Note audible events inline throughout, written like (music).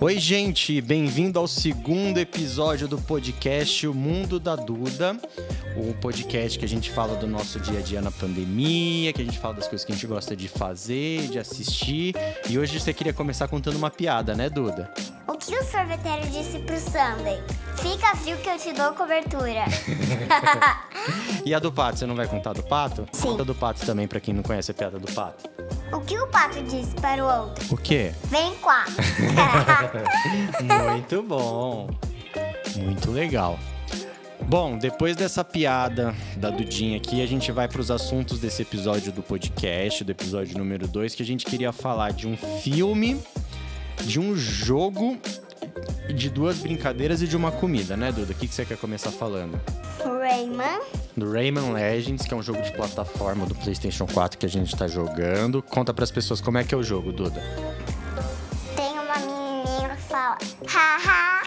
Oi, gente, bem-vindo ao segundo episódio do podcast O Mundo da Duda, o podcast que a gente fala do nosso dia a dia na pandemia, que a gente fala das coisas que a gente gosta de fazer, de assistir. E hoje você queria começar contando uma piada, né, Duda? O que o sorveteiro disse pro Sunday? Fica frio que eu te dou cobertura. E a do pato, você não vai contar a do pato? Sim. Conta a do pato também, pra quem não conhece a piada do pato. o que o pato disse para o outro? O quê? Vem (laughs) cá. Muito bom. Muito legal. Bom, depois dessa piada da Dudinha aqui, a gente vai para os assuntos desse episódio do podcast, do episódio número 2, que a gente queria falar de um filme, de um jogo, de duas brincadeiras e de uma comida, né, Duda? O que, que você quer começar falando? Rayman, Do Rayman Legends, que é um jogo de plataforma do PlayStation 4 que a gente tá jogando. Conta para as pessoas como é que é o jogo, Duda. tem uma menininha que fala haha,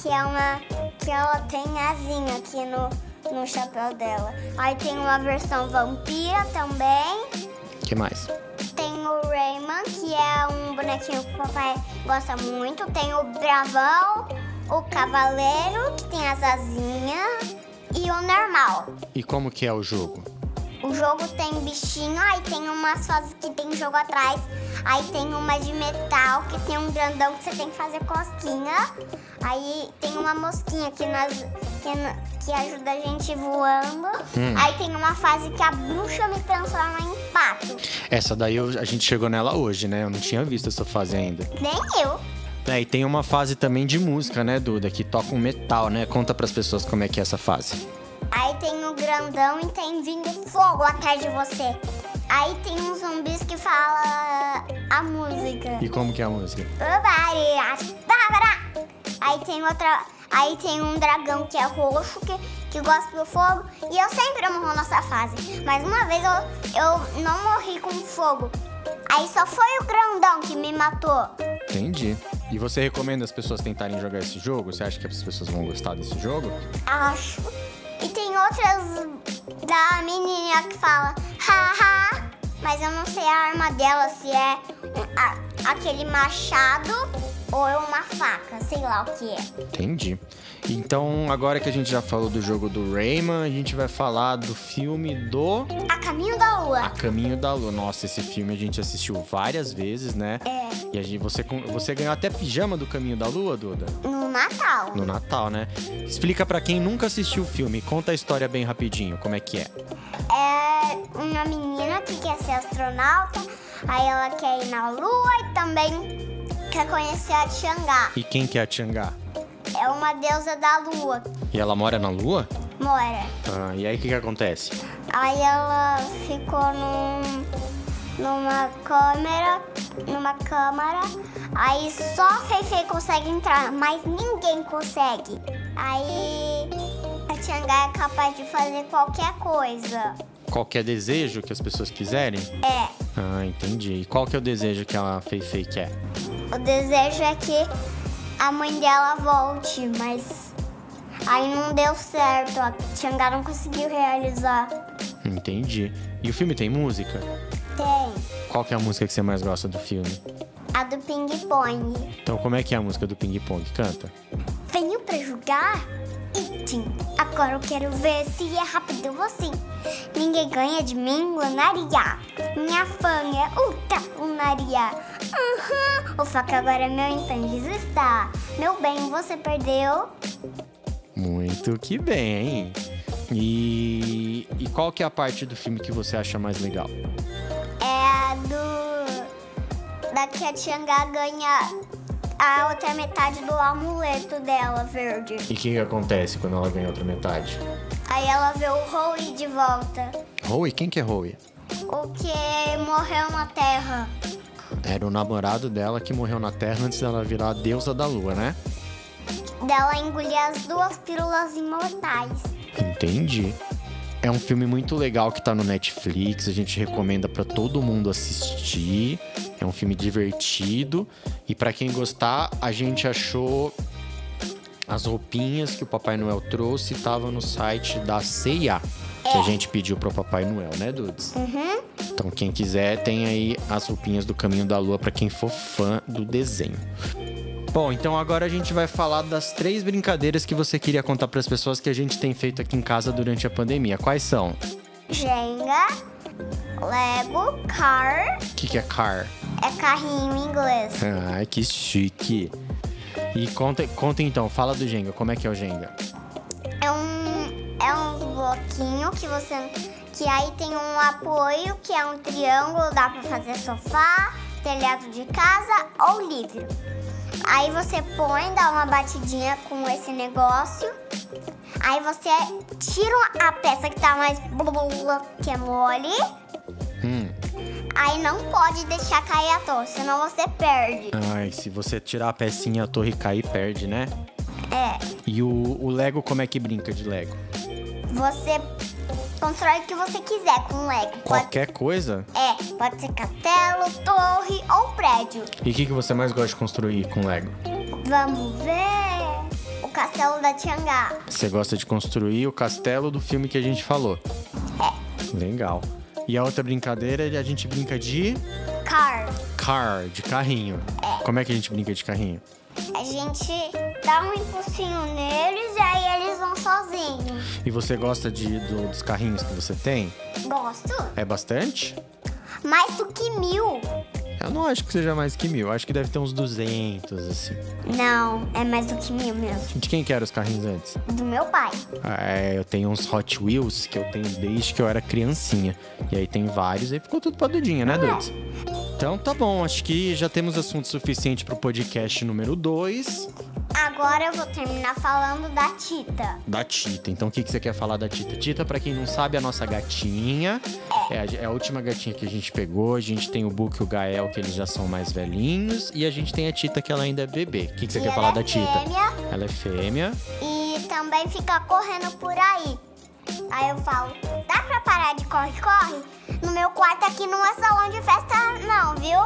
que é uma que ela tem asinha aqui no, no chapéu dela. Aí tem uma versão vampira também. O que mais? Tem o Rayman, que é um bonequinho que o papai gosta muito. Tem o Bravão, o Cavaleiro, que tem as asinhas. E o normal. E como que é o jogo? O jogo tem bichinho, aí tem umas fases que tem jogo atrás. Aí tem uma de metal, que tem um grandão que você tem que fazer cosquinha. Aí tem uma mosquinha que, nas, que, na- que ajuda a gente voando. Aí tem uma fase que a bruxa me transforma em pato. Essa daí eu- a gente chegou nela hoje, né? Eu não tinha visto essa fase ainda. Nem eu. É, e tem uma fase também de música, né, Duda? Que toca um metal, né? Conta pras pessoas como é que é essa fase. Aí tem o grandão e tem vindo fogo atrás de você. Aí tem uns zumbis que fala a música. E como que é a música? Bobari, astabara. tá Aí tem outra. Aí tem um dragão que é roxo, que, que gosta do fogo. E eu sempre morro nessa fase. Mas uma vez eu, eu não morri com fogo. Aí só foi o grandão que me matou. Entendi. E você recomenda as pessoas tentarem jogar esse jogo? Você acha que as pessoas vão gostar desse jogo? Acho. E tem outras da menina que fala, haha, mas eu não sei a arma dela, se é um- a- aquele machado ou é uma faca, sei lá o que é. Entendi. Então, agora que a gente já falou do jogo do Rayman, a gente vai falar do filme do A caminho da A lua. Caminho da Lua. Nossa, esse filme a gente assistiu várias vezes, né? É. E a gente, você, com- você ganhou até pijama do Caminho da Lua, Duda? No Natal. no Natal, né? Explica pra quem nunca assistiu o filme, conta a história bem rapidinho, como é que é. É uma menina que quer ser astronauta, aí ela quer ir na lua e também quer conhecer a Tiangá. E quem que é a Tiangá? É uma deusa da lua, E ela mora na Lua? mora. Ah, e aí o que, que acontece? Aí ela ficou num, numa câmera, numa câmara. Aí só a Feifei consegue entrar, mas ninguém consegue. Aí a Tiangá é capaz de fazer qualquer coisa. Qualquer desejo que as pessoas quiserem? É, Ah, entendi. E qual que é o desejo que é? a Feifei quer? o desejo é que a mãe dela volte, mas aí não deu certo. A Tiangá não conseguiu realizar. Entendi. E o filme tem música? Tem Qual que é a música que você mais gosta do filme? a do ping-pong. Então, como é que é a música do Ping Pong? Canta. Venho pra julgar? E sim, agora eu quero ver se é rápido ou assim. Ninguém ganha de mim, Lunaria. Minha fã é ultra Lunaria. Uhum, o foco agora é meu então desistar. Meu bem, você perdeu. Muito que bem, hein? E, e qual que é a parte do filme que você acha mais legal? É a do. Da que a Tiangá ganha a outra metade do amuleto dela, verde. E o que, que acontece quando ela ganha outra metade? Aí ela vê o Rui de volta. Howie? Quem que é Howie? O que morreu na terra. Era o namorado dela que morreu na Terra antes dela virar a deusa da Lua, né? dela engolir as duas pílulas imortais. Entendi. É um filme muito legal que tá no Netflix, a gente recomenda pra todo mundo assistir. É um filme divertido e pra quem gostar, a gente achou As roupinhas que o Papai Noel trouxe estavam no site da CIA, que a gente pediu pro Papai Noel, né, Dudes? Uhum. Então, quem quiser, tem aí as roupinhas do Caminho da Lua pra quem for fã do desenho. Bom, então agora a gente vai falar das três brincadeiras que você queria contar pras pessoas que a gente tem feito aqui em casa durante a pandemia. Quais são? Jenga, Lego, Car, O que, que é car? é carrinho em inglês. Ai, que chique. E conta, conta então, fala do Jenga. Como é que é o Jenga? É um, é um bloquinho que você. Que aí tem um apoio, que é um triângulo, dá pra fazer sofá, telhado de casa ou livro. Aí você põe, dá uma batidinha com esse negócio. Aí você tira a peça que tá mais blula, que é mole. Hum. Aí não pode deixar cair a torre, senão você perde. Ai, se você tirar a pecinha, a torre cair, perde, né? É. E o, o Lego, como é que brinca de Lego? Você constrói o que você quiser com Lego. Pode, Qualquer coisa? é, pode ser castelo, torre ou prédio. E o que, que você mais gosta de construir com Lego? Vamos ver. O castelo da Tiangá. Você gosta de construir o castelo do filme que a gente falou. Legal. E a outra brincadeira, a gente brinca de Car. car, de carrinho. Como é que a gente brinca de carrinho? A gente dá um impulsinho neles e aí eles vão sozinhos. E você gosta de, do- dos carrinhos que você tem? Gosto. É bastante? Mais do que mil. Eu não acho que seja mais que mil. Acho que deve ter uns 200, assim. Não, é mais do que mil mesmo. De quem que eram os carrinhos antes? Do meu pai. Ah, é, eu tenho uns Hot Wheels que eu tenho desde que eu era criancinha. E aí tem vários, aí ficou tudo pra Dudinha, né, Dudes? Então tá bom, acho que já temos assunto suficiente pro podcast número 2 Agora eu vou terminar falando da Tita. da Tita. Então o que, que você quer falar da Tita? Tita, pra quem não sabe, é a nossa gatinha. É a, é a última gatinha que a gente pegou. A gente tem o Book e o Gael, que eles já são mais velhinhos. E a gente tem a Tita, que ela ainda é bebê. O que, que você E quer ela falar é da Tita? fêmea. Ela é fêmea. e também fica correndo por aí. Aí eu falo, dá pra parar de corre-corre? No meu quarto aqui não é salão de festa não, viu?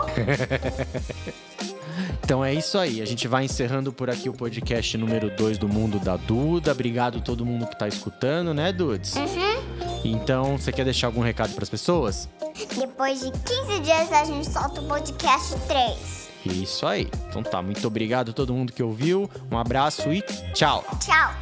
Então é isso aí. A gente vai encerrando por aqui o podcast número 2 do Mundo da Duda. Obrigado a todo mundo que tá escutando, né, Dudes? Uhum. Então, você quer deixar algum recado pras pessoas? Depois de 15 dias a gente solta o podcast 3. Isso aí. Então tá, muito obrigado a todo mundo que ouviu. Um abraço e tchau. Tchau!